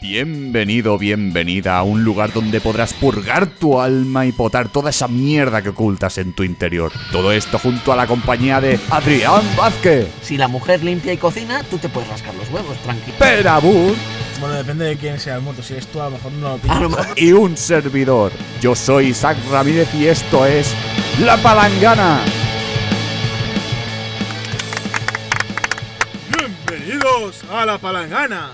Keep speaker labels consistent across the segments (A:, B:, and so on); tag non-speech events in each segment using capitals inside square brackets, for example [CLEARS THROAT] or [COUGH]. A: Bienvenido, bienvenida a un lugar donde podrás purgar tu alma y potar toda esa mierda que ocultas en tu interior. Todo esto junto a la compañía de Adrián Vázquez,
B: Si la mujer limpia y cocina, tú te puedes rascar los huevos, tranquilo.
A: Perabur
C: Bueno, depende de quién sea el muerto. Si eres tú, a lo mejor no lo
B: A
D: Ah.
C: pillas.
B: lo mejor-
A: y un servidor. Yo soy Isaac Ramírez y esto es La Palangana.
C: Bienvenidos a la palangana.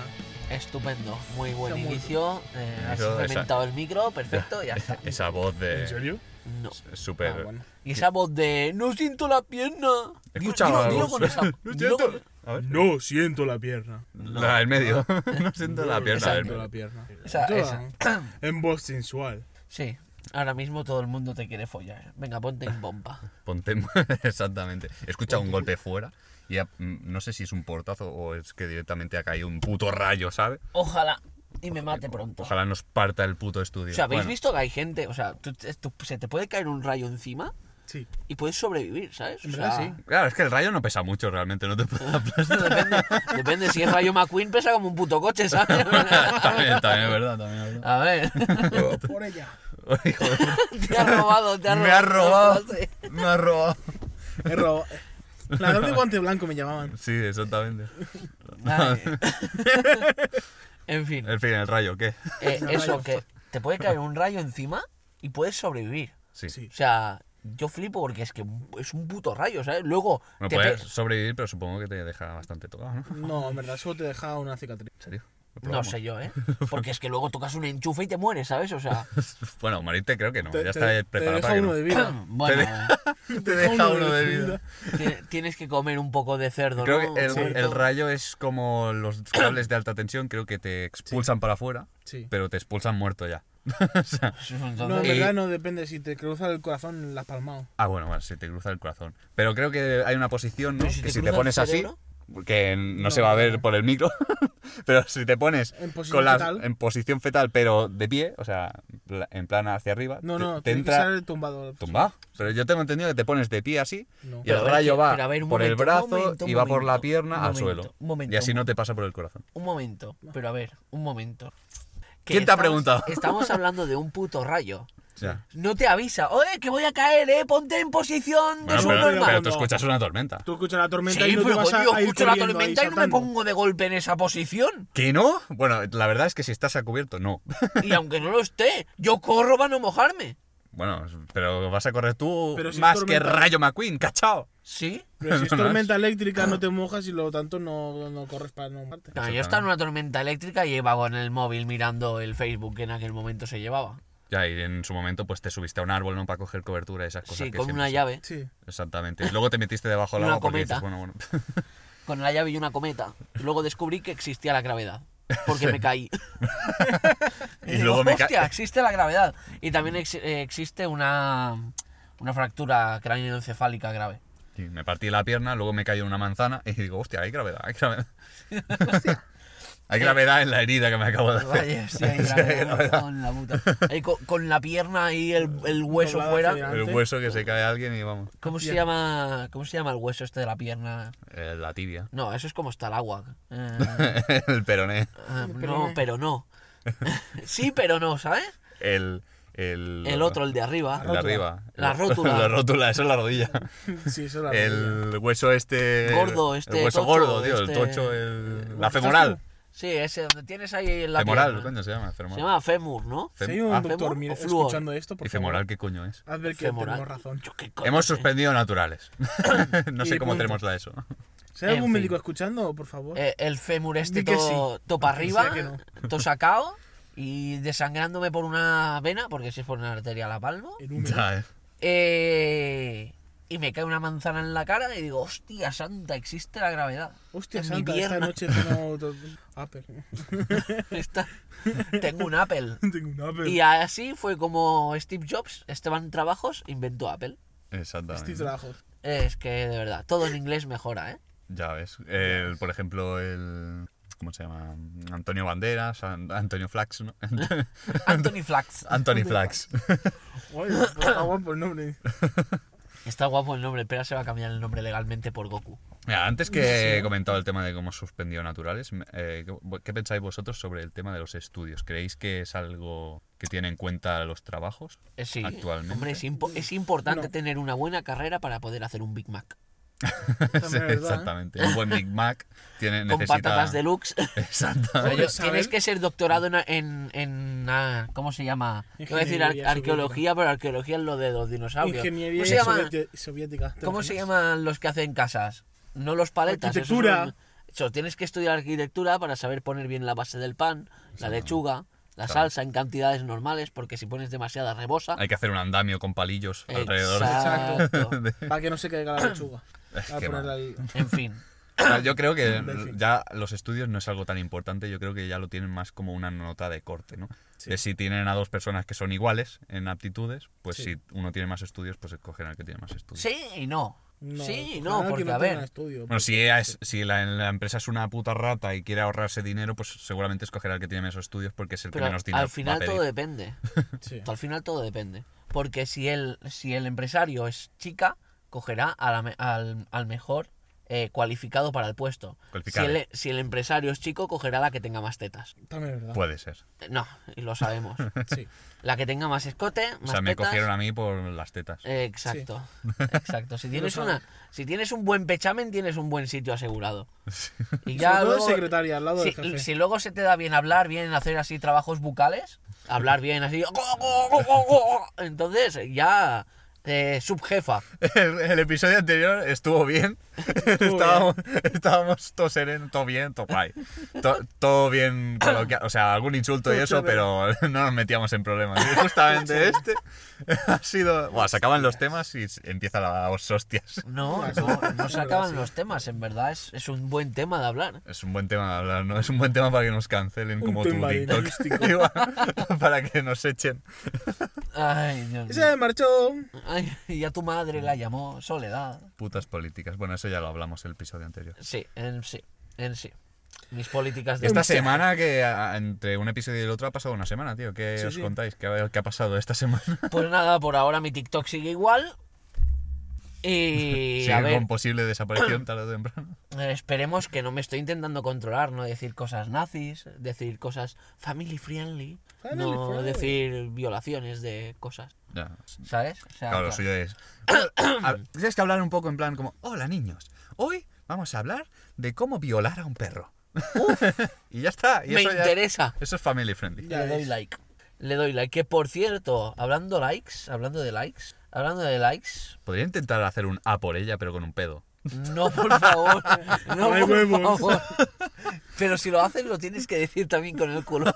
B: Estupendo, muy buen
C: Está muy
B: inicio. eh, has
D: Eso, esa-
B: reventado el micro, perfecto, ya está.
D: Esa voz de.
C: ¿En serio?
B: No.
D: Súper.
C: Ah, bueno.
B: Y esa voz de no siento la pierna. Dilo-
D: Escucha
B: dilo-
D: la
B: dilo
D: voz.
B: con esa-
D: [LAUGHS] No
B: dilo
D: siento-
B: con-
D: A ver.
C: No siento la pierna.
D: La del medio.
C: Ah.
D: [LAUGHS] No siento la pierna del
C: siento
D: medio.
C: la pierna.
B: Esa-
C: Yo-
B: esa.
C: En voz sensual.
B: [CLEARS THROAT] Sí, ahora mismo todo el mundo te quiere follar. Venga, ponte en bomba.
D: Ponte. [LAUGHS] Exactamente. Escucha un golpe fuera. Y ha- mm, no sé si es un portazo o es que directamente ha caído un puto rayo, ¿sabes?
B: Ojalá y me mate pronto.
D: Ojalá nos parta el puto estudio.
B: O sea, ¿habéis
D: Bueno,
B: visto que hay gente? O sea, tú- tú- se te puede caer un rayo encima
C: Sí.
B: y puedes sobrevivir, ¿sabes? O
C: En verdad,
B: sea,
C: sí.
D: Claro, es que el rayo no pesa mucho realmente, no te puede [LAUGHS] aplastar.
B: Depende, depende, si es Rayo McQueen pesa como un puto coche, ¿sabes?
D: [LAUGHS] también, también es verdad, también es verdad.
B: A ver, [LAUGHS]
C: Por ella.
D: Hijo de puta.
B: te has robado, te has robado.
D: Me ha robado.
B: Sí.
D: Me ha robado.
C: He robado. Nadador de guante blanco me llamaban.
D: Sí, exactamente. [LAUGHS]
B: Ay. En fin,
D: En fin, el rayo, ¿qué?
B: eh, eso que te puede caer un rayo encima y puedes sobrevivir.
D: Sí.
C: Sí.
B: O sea, yo flipo porque es que es un puto rayo, ¿sabes? Luego
D: No
B: te
D: puedes
B: pe-
D: sobrevivir, pero supongo que te deja bastante tocado, ¿no?
C: No, en verdad, solo te dejaba una cicatriz.
D: ¿En serio? Lo
B: No
D: probamos.
B: sé yo,
D: [LAUGHS]
B: ¿eh? Porque es que luego tocas un enchufe y te mueres, ¿sabes? O sea,
D: Bueno, morirte creo que no.
C: Te,
D: ya
C: te-
D: está
C: te
D: preparado
C: deja
D: para que
C: uno
D: no.
C: de
D: [LAUGHS]
C: vida.
B: [CLEARS THROAT] bueno,
D: Te deja uno de vida.
B: ti- tienes que comer un poco de cerdo,
D: Creo
B: ¿no?
D: que el,
B: Sí.
D: el rayo es como los [COUGHS] cables de alta tensión, creo que te expulsan para afuera,
C: Sí.
D: pero te expulsan muerto ya. [LAUGHS]
C: No, en
B: Entonces-
C: verdad no depende. Si te cruza el corazón, la has palmado.
D: Ah, bueno, bueno, se te cruza el corazón. Pero creo que hay una posición, ¿no?
B: Pero si
D: que
B: te
D: si
B: cruza
D: te
B: el
D: pones así,
B: cerebro.
D: que no, se va a ver por el micro, [LAUGHS] pero si te pones
C: En posición
D: con las-
C: fetal.
D: en posición fetal, pero de pie, o sea, pla- en plan hacia arriba,
C: No,
D: te,
C: no,
D: te
C: tiene que
D: entra
C: estar tumbado.
D: tumbado. Pero yo tengo entendido que te pones de pie así
C: No.
D: y el
B: Pero a ver,
D: rayo
B: que-
D: va
B: pero a ver, un
D: por el
B: momento,
D: brazo
B: un momento, un
D: y va por la
B: momento,
D: pierna
B: un
D: al
B: momento,
D: suelo.
B: un momento,
D: y así
B: un
D: no te pasa por el corazón.
B: Un momento, pero a ver, un momento. Que
D: ¿Quién te ha
B: estamos-
D: preguntado? [LAUGHS]
B: Estamos hablando de un puto rayo.
D: O sea,
B: No te avisa, oye, que voy a caer, eh, ponte en posición de
D: Bueno, pero,
B: subnormal.
D: Ah, pero tú
C: no.
D: escuchas una tormenta.
C: Tú escuchas la tormenta y
B: sí,
C: no te
B: pero
C: vas a,
B: yo
C: a ir
B: escucho la
C: corriendo ahí
B: tormenta y no me
C: saltando.
B: pongo de golpe en esa posición.
D: ¿Que no? Bueno, la verdad es que si estás a cubierto, no. [LAUGHS]
B: Y aunque no lo esté, yo corro para no mojarme.
D: bueno, pero vas a correr tú
C: Pero si es
D: más que
C: tormenta.
D: Rayo McQueen, cachao.
B: ¿Sí? [LAUGHS]
C: Pero si es
D: No, no,
C: tormenta eléctrica no te mojas y lo tanto no, no corres para no mojarte.
B: No, yo estaba en una tormenta eléctrica y iba con el móvil mirando el Facebook que en aquel momento se llevaba.
D: Ya, y en su momento pues te subiste a un árbol, ¿no? Para coger cobertura y esas cosas.
B: Sí,
D: que
B: con
D: siempre
B: una
D: se-
B: llave.
C: Sí.
D: Exactamente. Y luego te metiste debajo del
B: Una
D: agua porque
B: cometa.
D: dices, bueno, [LAUGHS] bueno.
B: Con la llave y una cometa. Luego descubrí que existía la gravedad. Porque me caí.
D: [LAUGHS] Y luego me ca-
B: Hostia, existe la gravedad. Y también ex- eh, existe una, una fractura cráneoencefálica grave.
D: Y me partí la pierna, luego me cayó una manzana y digo, hostia, hay gravedad, hay [LAUGHS] gravedad. [LAUGHS] hay gravedad en la herida que me acabo de
B: [LAUGHS]
D: hacer.
B: Vaya, sí, hay
D: Sí, hay
B: gravedad,
D: gravedad.
B: con la puta. Eh, co- con, la pierna y el, el hueso
C: Doblada hacia
B: fuera.
C: adelante.
D: El hueso que se cae a alguien y vamos.
B: ¿Cómo se,
C: Bien.
B: llama, ¿Cómo se llama el hueso este de la pierna?
D: eh, la tibia. [LAUGHS]
B: No, eso es como está el agua. [LAUGHS] Eh,
D: el peroné.
B: eh, no, pero no. [LAUGHS] sí, pero no, ¿sabes?
D: El, el,
B: El otro, el de arriba.
D: El de arriba.
B: La
D: El-
B: rótula.
D: [LAUGHS] La rótula, eso es la rodilla.
C: Sí, eso es la realidad.
D: El hueso este.
B: Gordo,
D: el-
B: este
D: El hueso
B: tocho,
D: gordo, tío.
B: este-
D: El tocho, el,
C: ¿Lo
D: la
C: estás
D: femoral.
B: Sí, ese donde tienes ahí en la
D: Femoral,
B: pierna.
D: coño, se llama.
B: Se
D: Femoral.
B: llama fémur, ¿no?
D: Fem-
C: Si hay un
D: ah,
B: ¿Femor
C: doctor mira,
B: o flúor?
C: escuchando esto, por
D: ¿Y femoral
C: favor,
D: qué coño es?
C: haz ver que
B: Femoral.
C: tenemos razón.
B: ¿ah? Yo qué coño
D: Hemos
B: sé.
D: suspendido
B: [LAUGHS]
D: naturales. [LAUGHS] no sé
C: Y
D: cómo
C: punto.
D: tenemos la ESO.
C: ¿Si hay
B: En
C: algún
B: fin.
C: médico escuchando, por favor?
B: Eh, el fémur este
C: Di que
B: todo, todo para
C: Aunque
B: arriba,
C: sea que no.
B: [LAUGHS] todo sacado y desangrándome por una vena, porque si es por una arteria la palmo.
C: El húmero.
D: Ya, eh.
B: Eh, y me cae una manzana en la cara y digo, hostia santa, existe la gravedad.
C: Hostia
B: en
C: santa,
B: mi
C: esta
B: pierna.
C: noche tengo to- Apple. [LAUGHS]
B: Está- [LAUGHS] tengo un Apple.
C: Tengo un Apple.
B: Y así fue como Steve Jobs, Esteban Trabajos, inventó Apple.
D: Exactamente.
C: Steve Trabajos.
B: Es que de verdad, todo en inglés mejora,
D: [LAUGHS]
B: ¿eh?
D: Ya ves. El, por ejemplo, el. ¿Cómo se llama? Antonio Banderas, An- Antonio Flax, ¿no? [LAUGHS]
B: Anthony Flax. [LAUGHS]
D: Anthony Flax.
C: Guay, está guapo el nombre.
B: Está guapo el nombre, pero se va a cambiar el nombre legalmente por Goku.
D: Mira, antes que he comentado el tema de cómo has suspendido naturales, me- eh, ¿qué- ¿qué pensáis vosotros sobre el tema de los estudios? ¿Creéis que es algo que tiene en cuenta los trabajos [LAUGHS]
B: Eh, sí,
D: actualmente?
B: hombre, es, impo- es importante
C: No.
B: tener una buena carrera para poder hacer un Big Mac.
D: Sí,
C: También es verdad, ¿eh?
D: exactamente. Un buen Big Mac tiene,
B: Con
D: necesita...
B: patatas
D: [LAUGHS]
B: deluxe. O sea,
D: Exactamente.
B: yo-
C: Hombre, ¿saben?
B: tienes que ser doctorado en, en, en, ah, ¿cómo se llama? Iba a decir ar-
C: Ingeniería
B: arqueología, pero arqueología es lo de los dinosaurios.
C: Ingeniería
B: ¿Cómo se, llama-
C: sovieti- soviética. ¿te
B: ¿Cómo se
C: imaginas?
B: llaman los que hacen casas? No los paletas. esos son-
C: Arquitectura.
B: eso, tienes que estudiar arquitectura para saber poner bien la base del pan, la lechuga, la
D: Claro.
B: salsa en cantidades normales, porque si pones demasiada rebosa.
D: Hay que hacer un andamio con palillos alrededor. [LAUGHS]
B: Exacto.
C: Para que no se caiga la
B: [LAUGHS]
C: lechuga. Voy
D: qué
C: a ponerla
D: mal.
C: al-
B: En fin.
D: No, Yo creo que
C: Delfín.
D: ya los estudios no es algo tan importante, yo creo que ya lo tienen más como una nota de corte, ¿no? Que si tienen a dos personas que son iguales en aptitudes, pues si uno tiene más estudios, pues escogen al que tiene más estudios.
B: Sí y no. sí y no,
C: ojalá que
B: porque a
C: tengan
B: ver.
C: estudio,
D: Bueno,
C: porque-
D: si, es- si la, la empresa es una puta rata y quiere ahorrarse dinero, pues seguramente escogerá al que tiene menos estudios porque es el que
B: Pero
D: menos dinero
B: al final
D: va a pedir.
B: todo depende.
C: sí.
B: Al final todo depende. Porque si el, si el empresario es chica, cogerá a la me- al, al mejor eh, cualificado para el puesto. Si
D: Cualificado.
B: el, si el empresario es chico, cogerá la que tenga más tetas.
C: También es verdad.
D: Puede ser.
B: Eh, No, y lo
D: [LAUGHS]
B: sabemos.
C: [LAUGHS] Sí.
B: La que tenga más escote, más
D: O sea, me
B: tetas.
D: cogieron a mí por las tetas.
B: Eh, Exacto, exacto.
C: [LAUGHS]
B: Si tienes una, si tienes un buen pechamen, tienes un buen sitio asegurado. Y
C: Sobre todo de
B: luego-
C: secretaria, al lado
B: si,
C: del jefe.
B: si luego se te da bien hablar, bien hacer así trabajos bucales, hablar bien así, entonces ya eh, subjefa.
D: [LAUGHS] El, el episodio anterior estuvo bien. [LAUGHS] estábamos, estábamos todo sereno, todo bien, todo guay. To- todo bien coloquia- O sea, algún insulto y
C: Todo
D: eso,
C: chévere.
D: pero [LAUGHS] no nos metíamos en problemas. Y justamente este [LAUGHS] ha sido. Bueno, se acaban los temas y s- empieza la os hostias.
B: No, no, no
C: [LAUGHS]
B: se acaban los temas, en verdad es, es un buen tema de hablar.
D: Es un buen tema de hablar, ¿no? Es un buen tema para que nos cancelen
C: Un
D: como tu
C: tema
D: TikTok.
C: lingüístico.
D: Igual, [LAUGHS] para que nos echen.
B: Ay, Dios
C: [LAUGHS] Se me
B: mío.
C: marchó.
B: Ay, y a tu madre la llamó Soledad.
D: Putas políticas. Bueno, eso ya lo hablamos el episodio anterior.
B: Sí, en sí, en sí. Mis políticas de
D: Esta semana que a- entre un episodio y el otro ha pasado una semana, tío. ¿Qué
C: Sí,
D: os
C: sí.
D: contáis? ¿Qué, ha- qué ha pasado esta semana?
B: Pues nada, por ahora mi TikTok sigue igual. Y
D: Sigue
B: a ver,
D: con posible desaparición tarde o temprano.
B: eh, esperemos que no me estoy intentando controlar, no decir cosas nazis, decir cosas family friendly,
C: Family
B: no
C: friendly.
B: decir violaciones de cosas,
D: Ya.
B: ¿sabes? O sea,
D: Claro,
B: claro.
D: lo suyo es. A- Tienes que hablar un poco en plan como: Hola niños, hoy vamos a hablar de cómo violar a un perro. [LAUGHS] y ya está. y
B: me
D: eso ya-
B: interesa.
D: Eso es family friendly.
C: Ya
B: Le doy
C: ves.
B: like. Le doy like. Que por cierto, hablando likes, hablando de likes, hablando de likes,
D: Podría intentar hacer un A por ella, pero con un pedo.
B: no
C: [LAUGHS]
B: por favor, no
C: No hay
B: por
C: huevos.
B: favor. Pero si lo haces, lo tienes que decir también con el culo.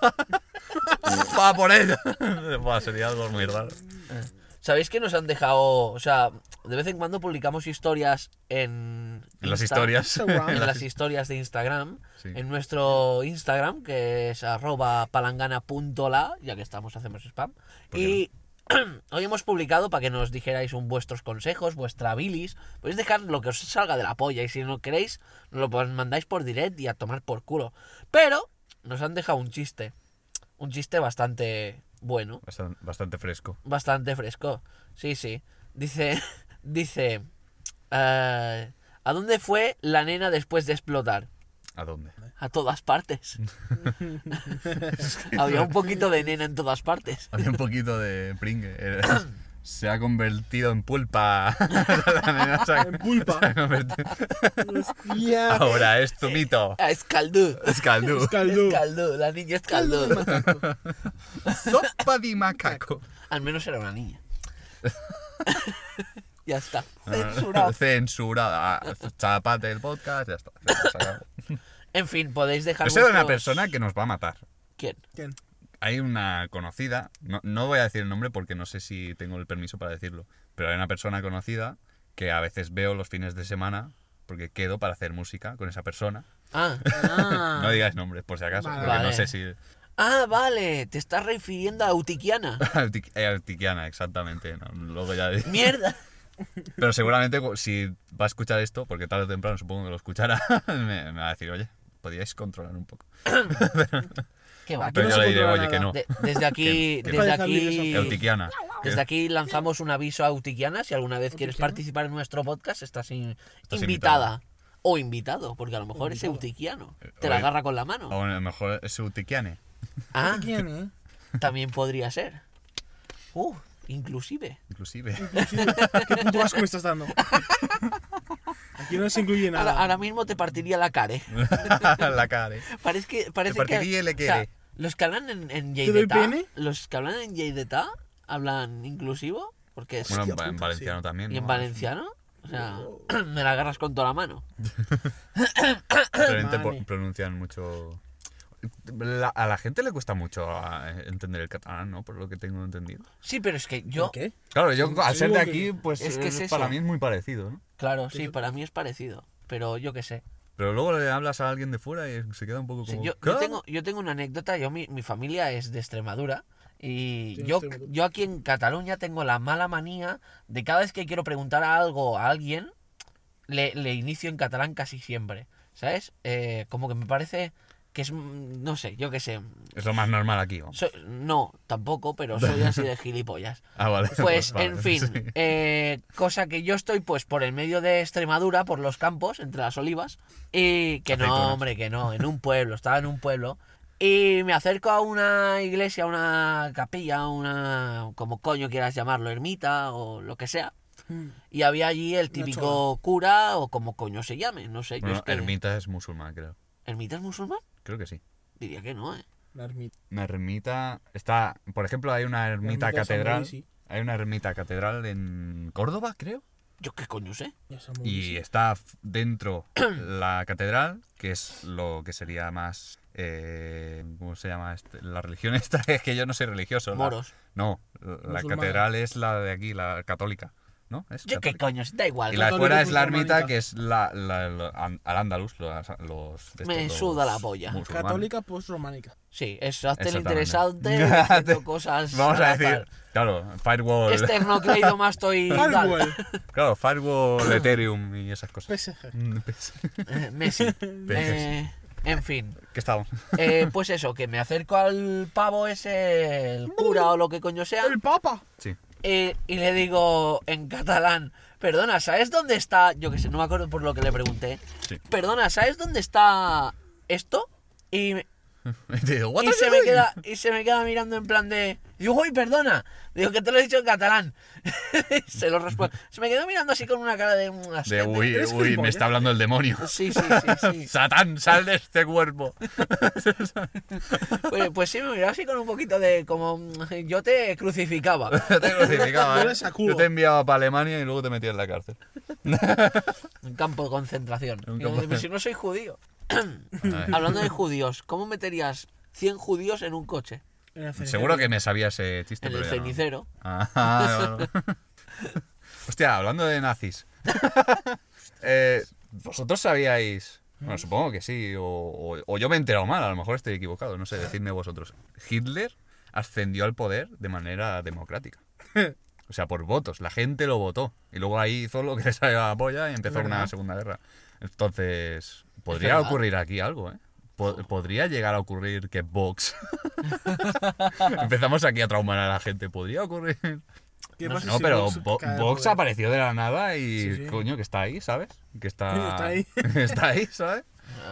D: [LAUGHS] ¡A por ella! Buah, sería algo muy raro.
B: ¿Sabéis que nos han dejado, o sea, de vez en cuando publicamos historias en...
D: En las
B: Insta-
D: historias. [LAUGHS]
B: [LAUGHS]
C: Instagram.
B: En las historias de Instagram,
D: Sí.
B: en nuestro Instagram, que es arroba palangana.la, ya que estamos, hacemos spam. Y [CLEARS THROAT] hoy hemos publicado para que nos dijerais un, vuestros consejos, vuestra bilis. Podéis dejar lo que os salga de la polla y si no queréis, nos lo mandáis por direct y a tomar por culo. Pero nos han dejado un chiste, un chiste bastante bueno
D: Bastan- bastante fresco.
B: bastante fresco. Sí, sí. Dice, [LAUGHS] dice, eh, ¿a dónde fue la nena después de explotar?
D: ¿A dónde?
B: A todas partes. Había un poquito de nena en todas partes.
D: Había un poquito de pringue. [COUGHS] eh, Se ha convertido en pulpa. [LAUGHS] La nena se ha-
C: En pulpa.
D: [LAUGHS] se ha convertido-
C: Hostia.
D: Ahora es tu mito.
B: Ah, Es caldú.
D: [LAUGHS] Es caldú.
C: Caldú.
B: Es caldú, la niña es caldú.
D: Sopa de macaco.
B: Al menos era una niña. ya está. Censurado.
D: Censurada. Censurada. Chapate del podcast, ya está. Se acabó.
B: En fin, podéis dejar
D: Yo sé de una
B: vuestros-
D: persona que nos va a matar.
B: ¿Quién?
C: ¿Quién?
D: Hay una conocida, no, no voy a decir el nombre porque no sé si tengo el permiso para decirlo, pero hay una persona conocida que a veces veo los fines de semana porque quedo para hacer música con esa persona.
B: Ah.
D: No digáis nombres por si acaso,
C: Vale.
D: porque no
B: Vale.
D: sé si
B: Ah, vale. Te estás refiriendo a Utiquiana.
D: Altic- eh, Altiquiana, exactamente. no, luego ya...
B: Mierda.
D: Pero seguramente cu- si va a escuchar esto, porque tarde o temprano supongo que lo escuchará, [LAUGHS] me, me va a decir, oye, podíais controlar un poco.
B: Qué va.
C: no
D: Pero yo
C: se
D: le diré,
C: controla
D: oye, que
C: nada.
D: no.
B: De-
D: [LAUGHS]
B: desde aquí,
D: Que- que
B: desde
C: parezca libre esa
B: aquí,
D: Eutiquiana.
B: desde aquí lanzamos un aviso a Utiquiana. Si alguna vez quieres participar en nuestro podcast, estás, in-
D: Estás
B: invitada o invitado, porque a lo mejor es eutiquiano. Te la
D: Eh, Oye. Oh.
B: agarra con la mano.
D: O a lo mejor es Eutiquiane.
B: Ah,
C: ¿Quién, eh?
B: también podría ser. Uh, inclusive.
D: Inclusive. [LAUGHS]
C: ¿Qué puto asco me estás dando? Aquí no se incluye nada.
B: Ahora, ahora mismo te partiría la cara. eh. [LAUGHS]
D: la cara. eh.
B: Parece que. Parece
D: Te partiría
B: que,
D: le
B: o sea,
D: quiere.
B: los que hablan en, en
C: ¿Te doy
B: Lleidetá-
C: pene?
B: Los que hablan en Lleidetá hablan inclusivo, porque es.
D: Bueno, en,
C: Hostia
D: en
C: puta,
D: valenciano
C: sí.
D: también.
B: y en
D: ¿no?
B: valenciano. O sea, [CLEARS THROAT] me la agarras con toda la mano.
D: Realmente po-
C: Vale.
D: pronuncian mucho. La- a la gente le cuesta mucho a- entender el catalán, ¿no? Por lo que tengo entendido.
B: Sí, pero es que
C: ¿Por
B: yo.
C: qué?
D: Claro, yo al ser de
C: que-
D: aquí, pues
B: Es que es
D: eh,
B: eso.
D: para mí es muy parecido, ¿no?
B: Claro, sí, para mí es parecido. Pero yo qué sé.
D: Pero luego le hablas a alguien de fuera y se queda un poco
B: Sí,
D: como.
B: yo, yo
D: ¿Qué?
B: tengo, yo tengo una anécdota, yo mi, mi familia es de Extremadura y
C: Sí,
B: yo,
C: Extremadura.
B: yo aquí en Cataluña tengo la mala manía de cada vez que quiero preguntar algo a alguien, le, le inicio en catalán casi siempre, ¿sabes? Eh, como que me parece que es, mm, no sé, yo qué sé.
D: Es lo más normal aquí. vamos.
B: Soy- no, tampoco, pero soy así
C: [LAUGHS]
B: de gilipollas.
D: Ah, [LAUGHS] vale.
B: Pues,
D: vale,
B: en fin,
D: sí.
B: eh, cosa que yo estoy pues por el medio de Extremadura, por los campos, entre las olivas, y que
D: Aceitunas.
B: no, hombre, que no, en un pueblo, estaba en un pueblo, y me acerco a una iglesia, una capilla, una, como coño quieras llamarlo, ermita o lo que sea, y había allí el típico cura o como coño se llame, no sé, yo
D: Bueno,
B: es que-
D: ermita es musulmán, creo.
B: ¿Ermita es musulmán?
D: Creo que sí.
B: Diría que no, ¿eh?
C: La ermita.
D: Una ermita. Está. Por ejemplo, hay una
C: ermita
D: ermita,
C: de San
D: catedral.
C: Luis, sí.
D: Hay una ermita catedral en Córdoba, creo.
B: Yo qué coño sé.
C: Ya se ha movido,
D: Y
C: sí.
D: está f- dentro [CLEARS THROAT] la catedral, que es lo que sería más. eh, ¿Cómo se llama? este? La religión [LAUGHS] esta, es que yo no soy religioso. la-
B: Moros.
D: no, la
C: Musulmana.
D: catedral es la de aquí, la católica. ¿No? Es
B: Yo qué
D: católica.
B: coño, sé, da igual.
D: Y la de
C: Católica
D: fuera es la
C: musulmánica.
D: ermita, que es la, la- la- an- al andaluz, los. los- estos,
B: Me
D: los
B: suda la polla.
D: musulmanes.
C: Católica post-románica.
B: Sí, es hazte el
D: Exactamente.
B: interesante
D: [LAUGHS]
B: y haciendo cosas.
D: Vamos a
B: al azar.
D: decir, claro, firewall.
B: Este- Esternocleidomastoidal.
C: Firewall.
D: [LAUGHS] Claro, firewall, Ethereum y
C: [LAUGHS]
D: esas cosas. [LAUGHS]
C: PSG.
D: Mm, pues,
B: Eh,
D: [LAUGHS]
B: Messi. Eh, en fin.
D: ¿Qué estábamos?
B: Eh, pues eso, que me acerco al pavo ese, el cura o lo que coño sea,
C: ¡El Papa!
D: Sí.
B: y, y le digo en catalán, perdona, ¿sabes dónde está? Yo que sé, no me acuerdo por lo que le pregunté.
D: Sí.
B: Perdona, ¿sabes dónde está esto? Y,
D: Y te digo, "What
B: y
D: are
B: se
D: you
B: me
D: [LAUGHS] doing?"
B: queda, y se me queda mirando en plan de. Digo, uy, perdona. Digo que te lo he dicho en catalán. [LAUGHS] se lo respondo. Se me quedó mirando así con una cara de. mm, así,
D: [LAUGHS] De uy,
C: ¿Eres
D: uy, me
C: gilipollas?
D: está hablando el demonio. [LAUGHS]
B: Sí, sí, sí, sí.
D: Satán, sal de este cuerpo.
B: Pues, pues sí, me miraba así con un poquito de como mm, yo te crucificaba.
D: [LAUGHS] Yo te crucificaba,
C: Yo
D: ¿eh?
C: le sacudo.
D: Yo te enviaba para Alemania y luego te metía en la cárcel.
B: Un campo de concentración.
D: Un
B: Y yo,
D: campo de-
B: "Pero si no soy judío.
D: Ay,
B: Hablando de judíos, ¿cómo meterías 100 judíos en un coche?
C: En el cenicero.
D: Seguro que me sabía ese chiste.
B: En
D: pero
B: el
D: ya no.
B: cenicero.
D: Ah, [LAUGHS] vale, vale. Hostia, hablando de nazis. Eh, ¿Vosotros sabíais? Bueno, supongo que sí, o, o- o yo me he enterado mal, a lo mejor estoy equivocado, no sé, decidme vosotros. Hitler ascendió al poder de manera democrática. O sea, por votos, la gente lo votó. Y luego ahí hizo lo que le salió a la polla y empezó una segunda guerra. Entonces, podría
B: verdad.
D: ocurrir aquí algo, ¿eh? Po- podría llegar a ocurrir que Vox... [LAUGHS] Empezamos aquí a traumar a la gente, podría ocurrir...
C: ¿Qué
D: No,
C: pasa
D: no,
C: si
D: pero
C: Vox
D: Bo-
C: cae al
D: Vox
C: poder?
D: apareció de la nada y
C: Sí, sí.
D: coño, que está ahí, ¿sabes? Que está,
C: Coño, está ahí.
D: [LAUGHS] está ahí, ¿sabes?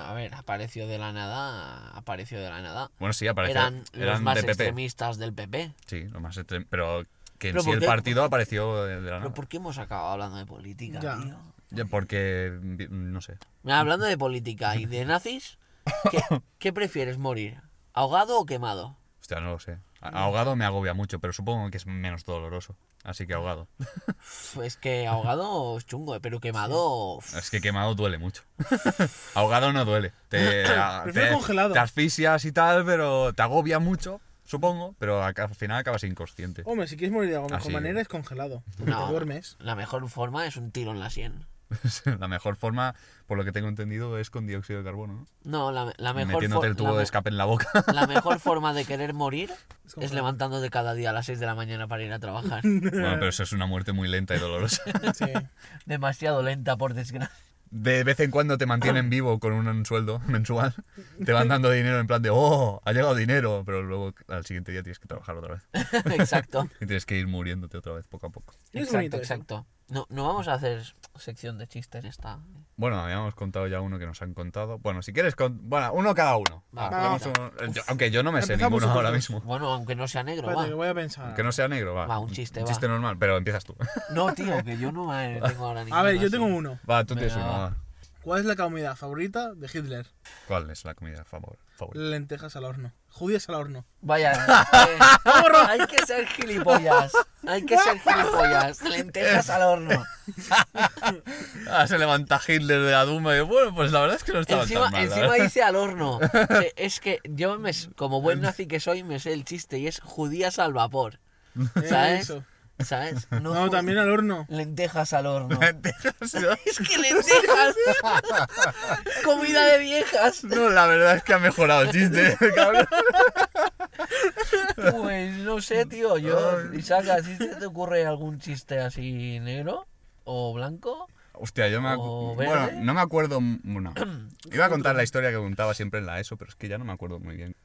B: A ver, apareció de la nada. Apareció de la nada.
D: Bueno, sí, apareció.
B: Eran, los más
D: de PP.
B: extremistas del PP.
D: Sí, los más extrem- Pero que en
B: Pero
D: sí el
B: porque-
D: partido apareció de de la
B: ¿Pero
D: nada.
B: por qué hemos acabado hablando de política,
C: Ya.
B: tío?
D: Ya, Porque, mm, no sé.
B: Mira, hablando de política y de nazis, ¿qué, qué prefieres morir? ¿Ahogado o quemado?
D: Hostia, no lo sé. A- Ahogado me agobia mucho, pero supongo que es menos doloroso. Así que ahogado.
B: Uf, Es que ahogado es chungo, eh, pero quemado. uf.
D: Es que quemado
B: [LAUGHS]
D: duele mucho. ahogado no duele. Te,
B: [COUGHS]
D: a-
C: Prefiero
D: te-
C: congelado.
D: te asfixias y tal, pero te agobia mucho, supongo. Pero ac- al final acabas inconsciente.
C: Hombre, si quieres morir de alguna
D: Ah, sí.
C: manera es congelado. Porque
B: No,
C: te
D: [LAUGHS]
C: duermes.
B: La mejor forma es un tiro en la sien.
D: La mejor forma, por lo que tengo entendido, es con dióxido de carbono, ¿no?
B: No, la, la mejor for-
D: Metiéndote el tubo
B: la,
D: de
B: me-
D: escape en la boca.
B: [LAUGHS] la mejor forma de querer
C: [LAUGHS]
B: morir es,
C: como-
B: levantándote cada día a las 6 de la mañana para ir a
C: [LAUGHS]
B: trabajar.
D: [LAUGHS] bueno, pero eso es una muerte muy lenta y dolorosa. [LAUGHS]
C: Sí.
B: Demasiado lenta, por
C: [LAUGHS]
B: desgracia.
D: De vez en cuando te mantienen vivo con un sueldo mensual. Te van dando dinero en plan de, oh, ha llegado dinero, pero luego al siguiente día tienes que trabajar otra vez. [LAUGHS]
B: exacto.
D: Y tienes que ir muriéndote otra vez poco a poco.
C: Es
B: exacto,
C: bonito eso.
B: exacto. No, no vamos a hacer sección de chistes esta.
D: Bueno, habíamos contado ya uno que nos han contado. Bueno, si quieres, con... bueno, uno cada uno.
B: Va,
D: Ah,
C: va,
D: hacemos un- yo- aunque yo no me sé
C: Empezamos
D: ninguno ahora
C: nosotros.
D: mismo.
B: Bueno, aunque no sea negro,
C: Espérate, que
B: va.
C: voy a pensar.
D: Que no sea negro, va.
B: Va, un chiste, va.
D: normal, pero empiezas tú. [LAUGHS]
B: No, tío, que yo no
C: [LAUGHS]
B: eh, tengo ahora ninguno.
C: A ver, yo
B: así.
C: tengo uno.
D: Va, tú tienes
B: Venga,
D: uno,
B: va.
D: va.
C: ¿Cuál es la comida favorita de Hitler?
D: ¿Cuál es la comida favor- favorita?
C: Lentejas al horno. Judías al horno. [LAUGHS]
B: Vaya, eh, hay que ser gilipollas. Hay que ser
C: [LAUGHS]
B: gilipollas. Lentejas al horno.
D: [LAUGHS] Ah, se levanta Hitler de la Duma y bueno, pues la verdad es que no estaba
B: Encima,
D: tan mal. ¿eh? la
B: encima
D: verdad.
B: dice al
D: [LAUGHS]
B: horno. Se- Es que yo, me, s- como buen nazi que soy, me sé el chiste y es judías al
D: [LAUGHS]
B: vapor.
C: Eh,
B: ¿Sabes?
C: eso.
B: ¿Sabes?
C: No, también al horno.
B: Lentejas al
D: [LAUGHS]
B: horno.
D: Lentejas,
B: Es que lentejas.
D: [LAUGHS]
B: Comida de viejas.
D: No, la verdad es que ha mejorado el chiste, [LAUGHS] cabrón.
B: Pues no sé, tío. Yo, Isaac, ¿a ti se te ocurre algún chiste así negro o blanco?
D: Hostia, yo me acu-
B: O
D: Bueno,
B: verde.
D: no me acuerdo. m-
B: [CLEARS THROAT]
D: Bueno, iba a contar la historia que contaba siempre en la ESO, pero es que ya no me acuerdo muy bien.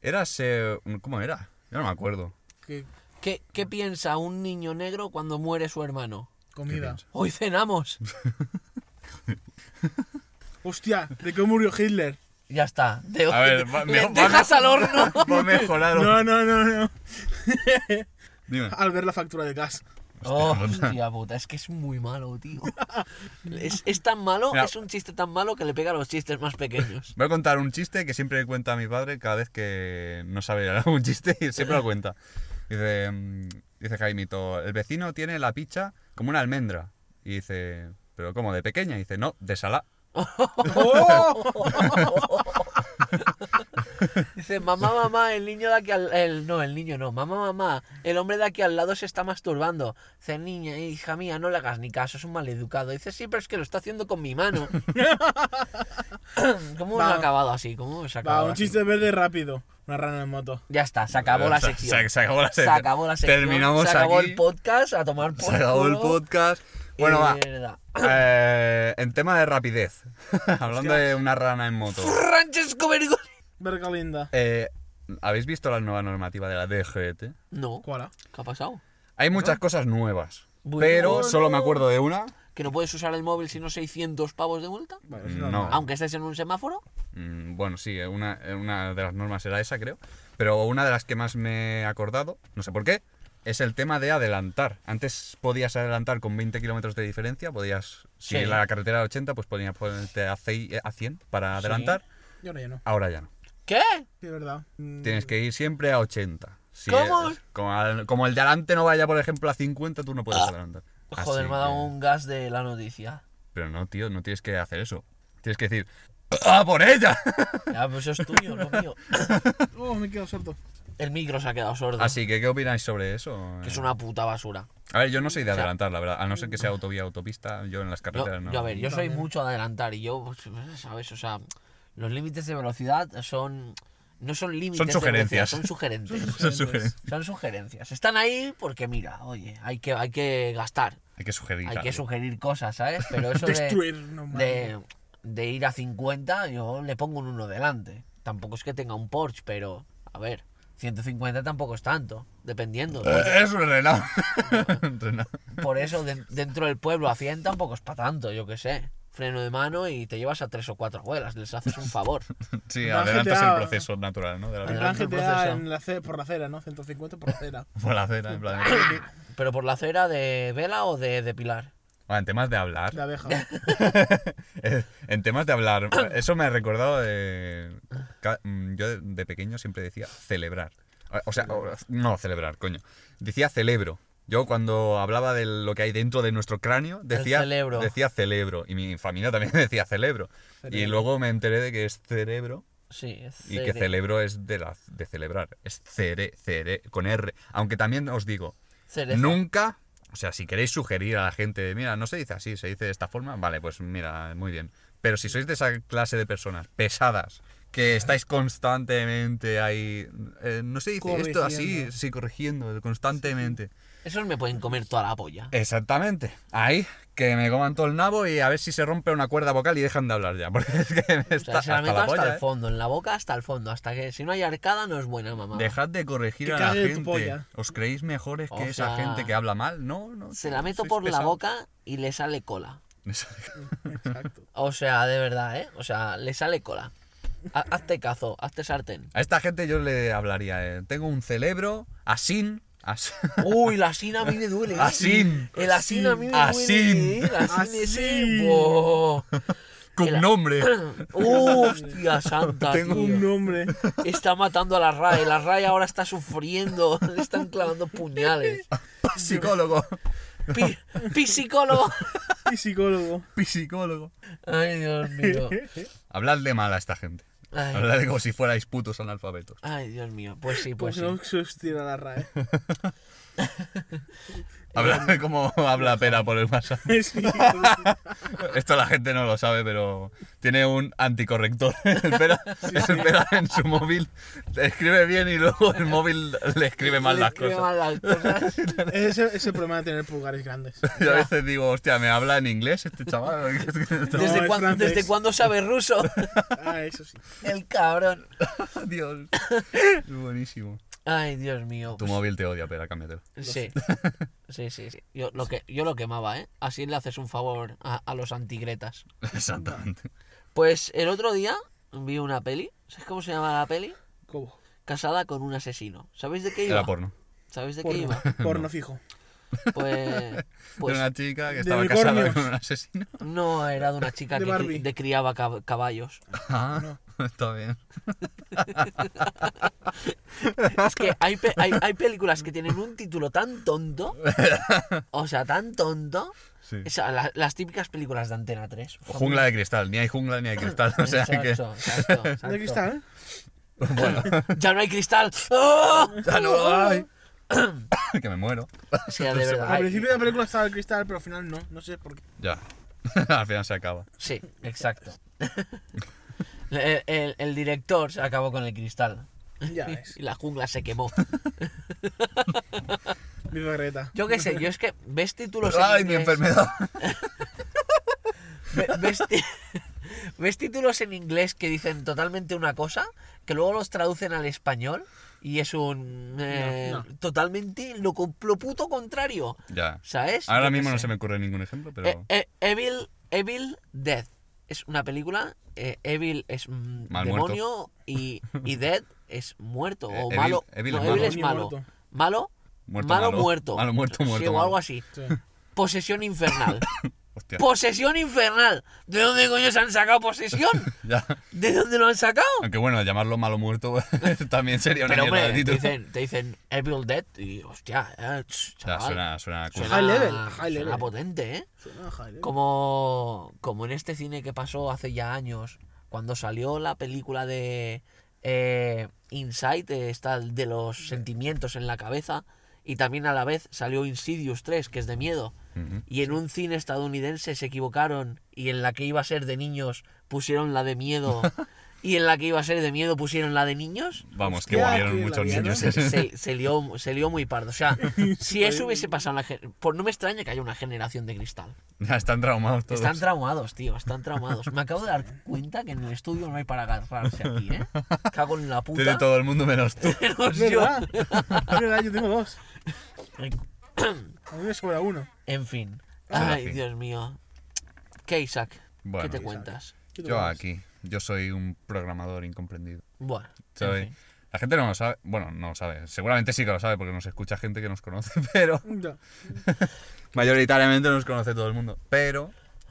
D: Eras. eh, ¿Cómo era? Yo no
B: [LAUGHS]
D: me acuerdo. [LAUGHS]
C: Que
B: ¿Qué, ¿Qué piensa un niño negro cuando muere su hermano?
C: comida.
D: piensas?
B: Hoy cenamos.
C: Hostia, ¿de qué murió Hitler?
B: Ya está. De
D: A ver, va- me-
B: lentejas
D: va-
B: al horno.
D: Va a mejorar.
C: No, no, no, no. [LAUGHS]
D: Dime.
C: Al ver la factura de gas.
B: Oh,
D: puta.
B: hostia puta, es que es muy malo, tío.
D: [LAUGHS]
B: Es, es tan malo,
D: Mira.
B: es un chiste tan malo que le pega a los chistes más pequeños.
D: Voy a contar un chiste que siempre cuenta mi padre cada vez que no sabe [LAUGHS] algún chiste y siempre lo cuenta. Dice, mm, dice Jaimito, el vecino tiene la picha como una almendra. Y dice, ¿pero cómo? ¿De pequeña? Y dice, no, de salá.
B: Dice, mamá, mamá, el niño de aquí al... El, no, el niño no, mamá, mamá, el hombre de aquí al lado se está masturbando. Dice, niña, hija mía, no le hagas ni caso, es un maleducado. Dice, sí, pero es que lo está haciendo con mi
D: [LAUGHS]
B: mano. [LAUGHS] ¿Cómo hemos
C: Va.
B: acabado así? ¿Cómo hemos acabado
C: Va, un
B: así?
C: chiste verde rápido. Una rana en moto.
B: Ya está, se acabó la
D: [LAUGHS] Se-
B: sección.
D: se- se acabó la sección.
B: Se acabó la sección.
D: Terminamos
B: Se acabó
D: aquí.
B: el podcast, a tomar por
D: Se acabó el
B: culo.
D: podcast. Bueno,
B: Y
D: va.
B: verdad.
D: Eh, en tema de rapidez, [LAUGHS] hablando de una rana en moto.
B: Francesco Bergoglio.
C: Verga linda.
D: Eh, ¿Habéis visto la nueva normativa de la DGT?
B: No.
C: ¿Cuál?
B: ¿Qué ha pasado?
D: Hay muchas cosas nuevas,
B: Bueno.
D: pero solo me acuerdo de una.
B: ¿Que no puedes usar el móvil si no 600 pavos de multa?
C: Vale, es normal.
D: No.
B: Aunque estés en un semáforo.
D: Mm, Bueno, sí, eh, una, eh, una de las normas era esa, creo. Pero una de las que más me he acordado, no sé por qué, es el tema de adelantar. Antes podías adelantar con 20 kilómetros de diferencia, podías, si
B: Sí.
D: la carretera era 80, pues podías ponerte a, cei- a 100 para adelantar.
C: Yo ahora ya no.
D: Ahora ya no.
B: ¿Qué?
C: Sí, es verdad. Mm,
D: Tienes que ir siempre a 80. Si
B: ¿Cómo?
D: es- como, al- como el de adelante no vaya, por ejemplo, a 50, tú no puedes adelantar.
B: Ah, Joder,
D: Así
B: me ha dado
D: que-
B: un gas de la noticia.
D: Pero no, tío, no tienes que hacer eso. Tienes que decir, ¡ah,
B: [LAUGHS]
D: por ella!
B: Ya, pues eso es tuyo, no mío.
C: [LAUGHS] Oh, me he quedado sordo.
B: [LAUGHS] El micro se ha quedado sordo.
D: Así que, ¿qué opináis sobre eso?
B: Que es una puta basura.
D: A ver, yo no soy de adelantar, la verdad. A no ser que sea autovía autopista, yo en las
B: Yo,
D: carreteras no.
B: mm. yo, a ver, yo soy mucho a adelantar y yo, pues, ¿sabes? O sea, los límites de velocidad son. No son límites. de velocidad,
D: sugerencias.
B: Son sugerentes.
D: Son sugerencias.
B: [LAUGHS] Son sugerencias. Están ahí porque, mira, oye, hay que, hay que gastar.
D: Hay que sugerir.
B: Hay que
D: algo.
B: sugerir cosas, ¿sabes?
D: [LAUGHS]
B: Pero eso
C: Destruir,
B: de,
C: no
B: de, de ir a 50, yo le pongo un 1 delante. Tampoco es que tenga un Porsche, pero a ver, 150 tampoco es tanto, dependiendo.
D: Eh, Eso es [LAUGHS] Renault. Renault.
B: Por eso de- dentro del pueblo a 100 tampoco es para tanto, yo qué sé. Freno de mano y te llevas a tres o cuatro abuelas, les haces un
D: [LAUGHS]
B: favor.
D: Sí,
C: plan
D: adelantas
C: GTA.
D: el proceso natural, ¿no? De la
C: En
D: vida.
C: plan
B: Adelante el
C: GTA
B: proceso.
C: en la ce- por la acera, ¿no? 150 por la acera.
D: Por la acera, en plan.
C: [LAUGHS]
B: Pero por la acera de vela o de, de pilar.
D: Bueno, en temas de hablar.
C: De abeja.
D: Eh, [LAUGHS] en temas de hablar, eso me ha recordado de... ca- mm, Yo de- de pequeño siempre decía celebrar. O- O sea, o- no celebrar, coño. Decía celebro. Yo cuando hablaba de lo que hay dentro de nuestro cráneo, decía
B: celebro.
D: decía celebro. Y mi familia también [LAUGHS] decía celebro. Y luego me enteré de que es cerebro
B: Sí, es
D: y que
B: cere-
D: celebro es de, la, de celebrar. Es cere, cere, con R. Aunque también os digo,
B: cereza.
D: Nunca. O sea, si queréis sugerir a la gente, mira, no se dice así, se dice de esta forma, vale, pues mira, muy bien. Pero si sois de esa clase de personas pesadas, que estáis constantemente ahí, eh, no se dice esto así,
C: Corrigiendo.
D: sí, corrigiendo constantemente.
B: Esos me pueden comer toda la polla.
D: Exactamente. Ahí, que me coman todo el nabo y a ver si se rompe una cuerda vocal y dejan de hablar ya, [LAUGHS] porque es que me
B: O sea,
D: está
B: se la
D: hasta
B: meto
D: la
B: hasta
D: polla,
B: el
D: ¿eh?
B: fondo, en la boca hasta el fondo, hasta que si no hay arcada no es buena, mamá.
D: Dejad de corregir
C: Que
D: a la
C: cague tu
D: gente.
C: polla.
D: ¿Os creéis mejores que
B: O sea,
D: esa gente que habla mal? No, no.
B: Se
D: tío,
B: la meto
D: sois [LAUGHS]
B: por la
D: pesados.
B: boca y le sale cola.
D: Me sale-
C: Exacto.
B: O sea, de verdad, ¿eh? O sea, le sale cola. Ha- Hazte cazo, hazte sartén.
D: A esta gente yo le hablaría. eh, Tengo un cerebro, asín.
B: [LAUGHS]
D: as-
B: Uy, la asina a mí me duele. ¿eh?
D: Asín.
B: El asín a mí me
D: Asín.
B: duele. ¿eh? El asín ese.
C: Asín.
B: buah. [LAUGHS]
D: con nombre.
B: [CLEARS THROAT] Hostia santa,
D: Tengo
B: tío.
C: Un nombre.
B: Está matando a la RAE. La RAE ahora está sufriendo. Le están clavando puñales.
D: Psicólogo.
B: Pi, pi psicólogo.
C: Y psicólogo.
D: Psicólogo.
B: Ay, Dios mío.
D: Habladle mal a esta gente.
B: Ay.
D: Habladle como si fuerais putos analfabetos.
B: Ay, Dios mío. Pues sí,
C: Como
B: pues
C: si
B: sí.
C: no existiera
B: [LAUGHS]
C: la RAE. [LAUGHS]
B: Eh,
D: Habladle como habla pera por el
B: [LAUGHS]
D: WhatsApp.
C: Sí, sí.
D: Esto la gente no lo sabe, pero tiene un anticorrector. [LAUGHS] El pera, el pera en su móvil escribe bien y luego el móvil le escribe mal
B: Le
D: las
B: escribe
D: cosas.
B: mal las cosas.
D: [LAUGHS]
C: Ese es el problema de tener pulgares grandes.
D: Yo a veces digo, hostia, ¿me habla en inglés
B: [LAUGHS]
D: este chaval? [LAUGHS]
B: ¿Desde,
C: es
B: cuán-
C: francés.
B: ¿Desde cuándo sabe ruso?
C: Ah, eso sí.
B: El cabrón. [LAUGHS]
D: Dios. Es buenísimo.
B: Ay, Dios mío.
D: Tu móvil te odia, pera, cámbiatelo.
B: Sí. Sí, sí, sí. Yo lo, que, yo lo quemaba, ¿eh? Así le haces un favor a, a los antigretas.
D: [LAUGHS] Exactamente.
B: Pues el otro día vi una peli. ¿Sabes cómo se llama la peli?
C: ¿Cómo?
B: Casada con un asesino. ¿Sabéis de qué iba?
D: Era porno.
B: ¿Sabéis de qué
C: Porno.
D: [LAUGHS]
B: iba?
C: Porno fijo.
B: Pues,
D: de
B: pues
D: una chica que
C: de
D: estaba casada
C: unicornios.
D: con un asesino.
B: no, era de una chica
C: De
B: que cri-
C: Barbie.
B: de criaba cab- caballos.
D: [LAUGHS] Ah, [LAUGHS] está bien.
B: Es que hay, pe- hay, hay películas que tienen un título tan tonto, o sea, tan tonto.
D: Sí.
B: O sea, la- las típicas películas de Antena 3.
D: Jungla de cristal. Ni hay jungla ni hay cristal. O sea que...
B: Exacto, exacto, exacto.
C: ¿De cristal?
D: Bueno,
B: Ya no hay cristal. ¡Oh!
D: ya no hay. [COUGHS] que me muero.
B: O sea,
D: Pues,
B: de verdad.
C: Al principio de la película estaba el cristal, pero al final no. No sé por qué.
D: [COUGHS] Ya. [COUGHS] Al final se acaba.
B: Sí, exacto. El, el- el director se acabó con el cristal.
C: Ya
B: [LAUGHS]
C: ves.
B: Y la jungla se quemó.
C: Viva Greta.
B: Yo qué sé, yo es que ves títulos. en
D: Ay, mi
B: inglés-
D: [COUGHS] enfermedad.
B: Ve- ¿Ves, ti- [LAUGHS] ves títulos en inglés que dicen totalmente una cosa, que luego los traducen al español y es un... eh,
C: No,
B: Totalmente lo, co- lo puto contrario.
D: Ya.
B: ¿Sabes?
D: Ahora
B: Yo qué
D: mismo no
B: sé.
D: se me ocurre ningún ejemplo, pero...
B: Eh, eh, Evil, Evil Death es una película. eh, Evil es mm,
D: Mal
B: demonio y, y Dead es
D: [LAUGHS]
B: muerto.
D: Eh,
B: O
D: Evil-
B: malo.
D: Evil
B: no,
D: es
B: Evil
D: malo.
B: es malo.
C: Muerto.
B: Malo,
D: Muerto,
B: malo,
D: malo.
B: muerto.
D: Malo, muerto,
B: Sí,
D: muerto,
B: o
D: malo.
B: algo así.
C: Sí.
B: Posesión infernal.
D: [LAUGHS] Hostia.
B: Posesión infernal. ¿De dónde coño se han sacado posesión?
D: Ya.
B: ¿De dónde lo han
D: [LAUGHS]
B: sacado?
D: Aunque bueno, llamarlo malo muerto [LAUGHS] también sería una
B: Pero
D: mierda
B: hombre,
D: de
B: te
D: título.
B: dicen, te dicen Evil Dead y hostia, eh, ch,
D: O sea,
B: chaval,
D: suena, suena cool.
B: suena-
C: High level, high
B: suena
C: level.
B: potente, ¿eh?
C: Suena jale.
B: Como, como en este cine que pasó hace ya años, cuando salió la película de eh, Insight, eh, esta de los sentimientos en la cabeza, y también a la vez salió Insidious 3, que es de miedo.
D: Ujú.
B: Y en un cine estadounidense se equivocaron y en la que iba a ser de niños pusieron la de miedo y en la que iba a ser de miedo pusieron la de niños.
D: Vamos, que
C: Hostia,
D: murieron
C: que
D: muchos
C: la
D: niños.
B: Se, se- se lió, se lió muy pardo. O sea, si eso hubiese pasado en la gen- Pues no me extraña que haya una generación de cristal.
D: [LAUGHS] Ya están traumados todos.
B: Están traumados, tío, están traumados. Me acabo de dar cuenta que en el estudio no hay para agarrarse aquí, ¿eh? Cago en la
D: Tiene
B: puta.
D: todo el mundo menos [LAUGHS] tú.
B: Menos
C: Es
B: yo.
C: verdad. Es verdad, yo tengo dos. A mí me sobra uno.
B: En fin.
D: Será
B: Ay,
D: fin.
B: Dios mío. ¿Qué, Isaac?
D: Bueno.
B: ¿Qué te
D: Isaac.
B: cuentas?
C: Yo tengo
D: Yo
C: dos.
D: aquí, yo soy un programador incomprendido.
B: Bueno. en
D: Soy-
B: fin.
D: La gente no lo sabe, bueno, no lo sabe, seguramente sí que lo sabe porque nos escucha gente que nos conoce, [LAUGHS] pero
C: Ya.
D: mayoritariamente nos conoce todo el mundo. Pero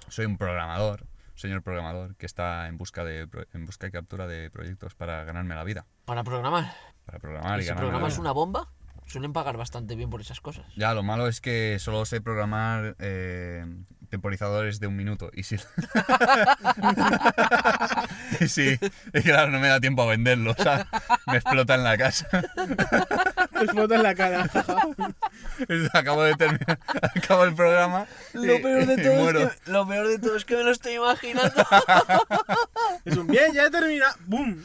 D: soy un programador, señor programador, que está en busca, de, pro- en busca y captura de proyectos para ganarme la vida,
B: Para programar.
D: para programar y,
B: si
D: ganarme la
B: programas
D: vida.
B: una bomba, suelen pagar bastante bien por esas cosas.
D: Ya, lo malo es que solo sé programar eh, temporizadores de un minuto. Y sí. [LAUGHS] y sí. Y claro, no me da tiempo a venderlo. O sea, me explota en la casa. [LAUGHS]
C: Te explota en la cara.
D: Acabo de terminar. [LAUGHS] Acabo el programa. y- [LAUGHS] y muero.
B: que, lo peor de todo es que me lo estoy
D: [LAUGHS]
B: imaginando. [LAUGHS]
C: Es un bien, ya he terminado. ¡Bum!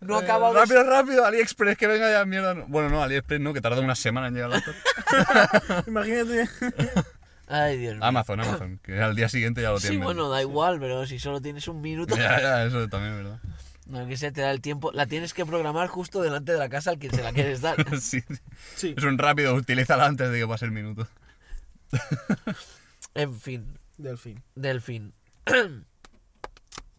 B: No
D: Eh,
B: acaba de
D: Rápido, rápido. AliExpress, que venga ya mierda. no. Bueno, no, AliExpress no, que tarda una semana en llegar la
B: [LAUGHS]
C: Imagínate.
B: Ay, Dios mío.
D: Amazon, Amazon. Que al día siguiente ya lo
B: Sí,
D: tienen.
B: bueno,
D: vendido.
B: da igual, pero si solo tienes un
D: [LAUGHS]
B: minuto.
D: Ya, ya, eso también, ¿verdad? [LAUGHS]
B: No, que se te da el tiempo. La tienes que programar justo delante de la casa al que se la quieres dar. [LAUGHS]
D: Sí.
C: Sí.
D: Es un rápido, utilízala antes de que pase el minuto.
B: En fin.
C: Delfín.
B: Delfín. [CLEARS THROAT]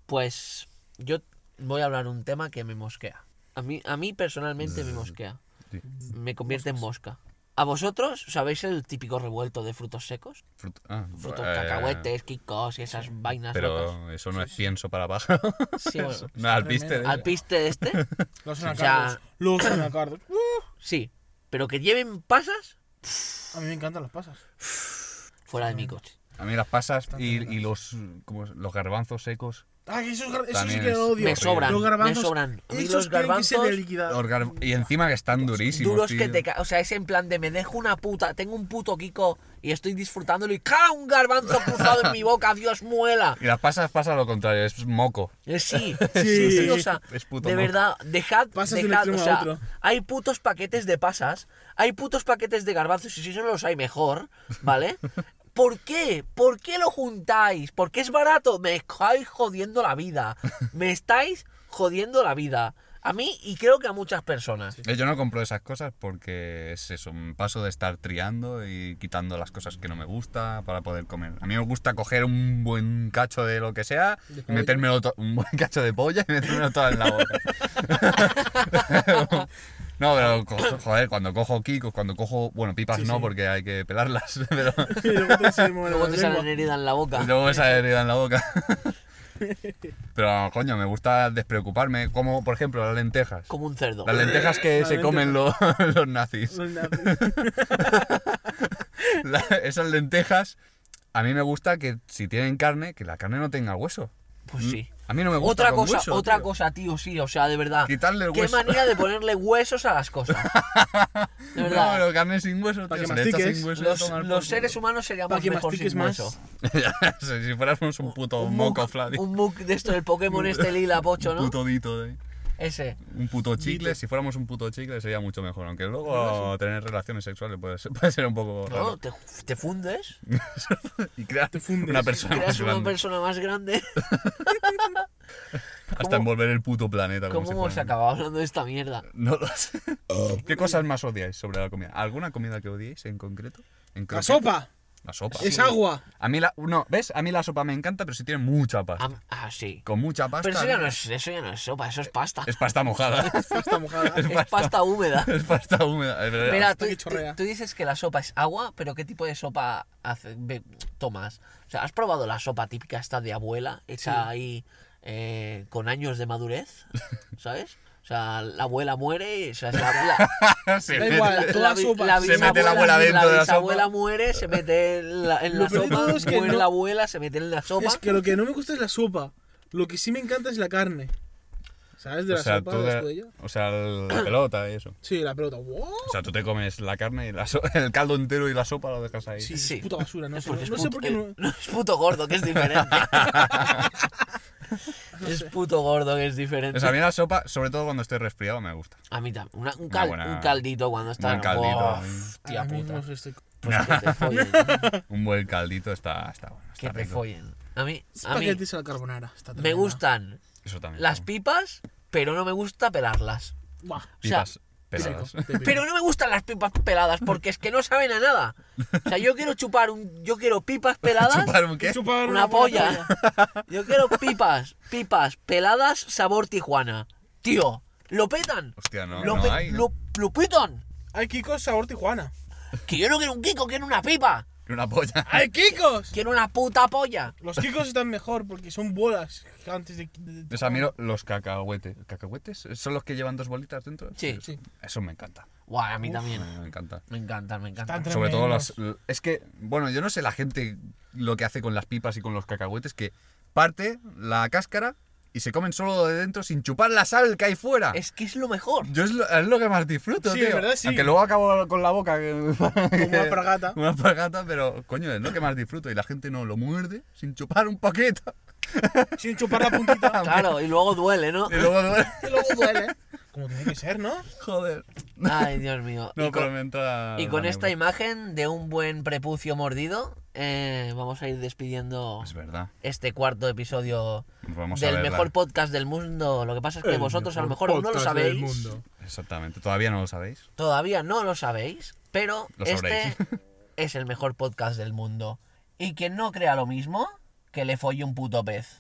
B: Pues yo voy a hablar un tema que me mosquea. A mí, a mí personalmente me mosquea.
D: Mm, Sí.
B: Me convierte en mosca. ¿A vosotros sabéis el típico revuelto de frutos secos?
D: Fruto, ah,
B: Frutos
D: eh,
B: cacahuetes, quicos y esas vainas
D: [LAUGHS]
B: locas.
D: Pero eso [LAUGHS] no es pienso para pájaro.
B: Sí, bueno.
D: no, alpiste.
B: ¿Al piste
D: [LAUGHS]
B: este?
C: Los
B: Ya.
C: anacardos. Los anacardos. Uh,
B: Sí. Pero que lleven pasas
C: a mí me encantan las pasas.
B: fuera de mi coche.
D: A mí las pasas y, y los, como es, los garbanzos secos.
C: Ah, que esos, gar- esos sí
D: También
C: que
D: es-
C: odio.
D: Me sobran,
C: Los
B: me
C: garbanzos.
B: sobran. A mí
C: Esos
B: los
C: tienen que ser de
B: garbanzos-
C: liquidar.
D: los gar- Y encima que están durísimos.
B: duros que
D: tío.
B: te ca- O sea, es en plan de me dejo una puta, tengo un puto Kiko y estoy disfrutándolo y ¡ca! Un garbanzo cruzado en mi boca, Dios muela.
D: Y las pasas pasa lo contrario, es moco.
B: Eh,
D: [LAUGHS]
B: Sí, sí,
C: Sí,
B: sí,
C: sí,
B: o
C: sí.
B: sea,
D: Es puto
B: de
D: moco.
B: verdad, dejad,
C: Pasas de un
B: dejad, o
C: extremo a
B: sea,
C: otro.
B: hay putos paquetes de pasas, hay putos paquetes de garbanzos y si eso los hay mejor, ¿vale?
D: [LAUGHS]
B: ¿Por qué? ¿Por qué lo juntáis? ¿Por qué es barato? Me estáis jodiendo la vida, me estáis jodiendo la vida. A mí y creo que a muchas personas.
D: Eh, Yo no compro esas cosas porque es eso, un paso de estar triando y quitando las cosas que no me gusta para poder comer. A mí me gusta coger un buen cacho de lo que sea y metérmelo to- un buen cacho de polla y metérmelo toda en la boca. [LAUGHS] no, pero co- joder, cuando cojo kikos, cuando cojo, bueno, pipas no porque hay que pelarlas, [LAUGHS] pero
C: Y [LAUGHS] luego te se mueve la
B: Luego te
C: lengua.
B: salen heridas en la boca.
D: luego esa herida en la boca. [LAUGHS] Pero coño, me gusta despreocuparme, como por ejemplo las lentejas.
B: Como un cerdo.
D: Las lentejas que
C: Las
D: se comen [LAUGHS] los- los nazis.
C: Los
B: [LAUGHS]
C: nazis.
D: La- esas lentejas, a mí me gusta que si tienen carne, que la carne no tenga hueso.
B: Pues sí.
D: A mí no me gusta
B: Otra
D: con
B: cosa,
D: hueso,
B: otra
D: tío.
B: cosa, tío, sí, o sea, de verdad.
D: Quitarle el
B: Qué
D: hueso.
B: manía
D: [LAUGHS]
B: de ponerle huesos a las cosas. De
D: No,
B: verdad.
D: pero carne sin hueso,
C: Para
D: tío,
C: que
D: se le echa
C: mastiques.
D: sin hueso y a
B: los
D: tomar
B: los
D: por
B: seres humanos seríamos
C: Para que
B: mejor sin
C: mastiques más.
B: hueso.
D: [LAUGHS] culo. si fuéramos un puto moco,
B: mug-
D: Flavio.
B: Un mug de esto del Pokémon
D: [LAUGHS]
B: este lila pocho, ¿no?
D: puto dito, eh.
B: Ese.
D: Un puto chicle. Si fuéramos un puto chicle sería mucho mejor. Aunque luego tener relaciones sexuales puede ser, [LAUGHS] puede ser un poco
B: No,
D: raro. [LAUGHS]
B: te, te fundes,
D: Y crear
C: Te fundes.
D: una persona más
B: creas una
D: grande.
B: persona más grande.
D: Hasta envolver el puto planeta. [LAUGHS] como
B: ¿Cómo
D: si
B: hemos
D: fuera-
B: acabado hablando de esta mierda?
D: No lo sé. [LAUGHS] ¿Qué cosas más odiáis sobre la comida? ¿Alguna comida que odiéis en concreto? En
C: La
D: croquetas.
C: sopa.
D: La sopa.
C: Es agua.
D: A mí la. No, ¿ves? A mí la sopa me encanta, pero si tiene mucha pasta.
B: Ah, ah, sí.
D: Con mucha pasta.
B: Pero eso ya, no es, eso ya no es sopa, eso es pasta.
D: Es pasta mojada. [LAUGHS]
C: Está mojada.
D: es
B: Es pasta húmeda.
D: es pasta húmeda. Es verdad.
B: Mira,
C: hasta
B: tú,
C: que
B: tú-
C: chorrea.
B: tú dices que la sopa es agua, pero ¿qué tipo de sopa hace- be- tomas? O sea, ¿has probado la sopa típica esta de abuela, hecha ahí eh, con años de
C: [LAUGHS]
B: madurez? ¿Sabes? O sea, la abuela muere, o sea, es la,
C: [LAUGHS]
B: abuela
D: [LAUGHS] Se
C: Da
D: mete-
C: igual. Toda
B: bi-
C: sopa.
D: Se mete la abuela dentro de la sopa.
B: bisabuela muere, se mete en la, en
C: Lo
B: la
C: peor de
B: sopa,
C: todo es que
B: muere
C: no-
B: la abuela, se mete en la sopa.
C: Es que lo que no me gusta es la sopa. Lo que sí me encanta es la carne. ¿Sabes? De
D: O
C: la
D: sea,
C: sopa,
D: tú
C: de
D: de-
C: las cuellas.
D: o sea, la pelota y eso.
C: Sí, la pelota. ¡Wow!
D: O sea, tú te comes la carne y la so- [LAUGHS] el caldo entero y la sopa lo dejas ahí.
C: Sí,
B: Sí.
C: es puta basura. No,
B: Es
C: sé,
B: porque es
C: no sé
B: puto-
C: por qué
B: eh,
C: no.
B: es puto gordo, que es
C: [LAUGHS]
B: diferente. [LAUGHS] es puto gordo, que es diferente.
D: O sea, Pues a mí la sopa, sobre todo cuando estoy resfriado, me gusta.
B: A mí también. Una- un, cal-
D: buena-
B: un caldito cuando está.
D: buen caldito,
B: Buah,
D: sí.
B: Tía
C: Ahora
B: puta.
C: mismo estoy-
B: Pues
D: [LAUGHS]
B: que te follen. ¿no?
D: Un buen caldito está, está bueno. Está
B: que te
D: rico.
B: follen. A mí, a mí
C: Espaguetis a la carbonara. está
B: me
C: tremenda.
B: gustan
D: Eso también.
B: las pipas, pero no me gusta pelarlas.
C: Buah,
B: o sea,
D: pipas peladas. [LAUGHS]
C: rico, te
B: Pero no me gustan las pipas peladas porque es que no saben a nada. O sea, yo quiero chupar un. Yo quiero pipas peladas.
D: ¿Chupar un qué?
C: Chupar
B: una polla. Yo quiero pipas, pipas peladas sabor Tijuana. Tío, lo petan.
D: Hostia, no,
B: lo,
D: no
B: pe-
D: hay, ¿no?
B: lo- lo petan.
C: Hay Kikos sabor Tijuana.
B: Que yo no quiero un Kiko, quiero una pipa.
D: Una polla.
C: ¡Hay Kikos!
B: Quiero una puta polla.
C: Los Kikos están mejor porque son bolas antes de. de- de-
D: O sea, a mí lo- los cacahuetes. ¿Cacahuetes? ¿Son los que llevan dos bolitas dentro?
B: Sí.
D: Eso, eso me encanta.
B: Guau, a mí también.
D: Me encanta.
B: Me encantan, me encantan.
C: Están
D: Sobre todo las.
C: tremendos.
D: Es que, bueno, yo no sé la gente lo que hace con las pipas y con los cacahuetes, que parte la cáscara y se comen solo lo de dentro sin chupar la sal que hay fuera.
B: Es que es lo mejor.
D: Yo es lo, es lo que más disfruto,
C: Sí,
D: tío.
C: es verdad, sí.
D: Aunque luego acabo con la boca. [LAUGHS] Como
C: una alpargata.
D: Una alpargata, pero coño, es lo que más disfruto. Y la gente no lo muerde sin chupar un paquete.
C: Sin chupar la puntita.
B: [LAUGHS] Claro, y luego duele,
D: [LAUGHS]
B: ¿no?
D: Y luego.
C: que [LAUGHS] luego duele. Como tiene que ser, ¿no?
D: Joder.
B: Ay, Dios mío.
D: No,
B: y con,
D: pero me entra.
B: y con
D: la
B: esta
D: neura.
B: imagen de un buen prepucio mordido, eh, vamos a ir despidiendo
D: Es verdad.
B: este cuarto episodio
D: Vamos a
B: del
D: verla.
B: mejor podcast del mundo. Lo que pasa es que vosotros a lo mejor no lo sabéis.
D: Exactamente. Todavía no lo sabéis.
B: Todavía no lo sabéis, pero
D: Lo
B: este
D: sabréis.
B: es el mejor podcast del mundo. Y quien no crea lo mismo, que le folle un puto pez.